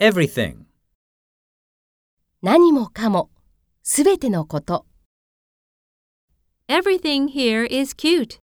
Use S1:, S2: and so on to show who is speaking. S1: everything,
S2: 何もかも、すべてのこと。
S3: Everything here is cute.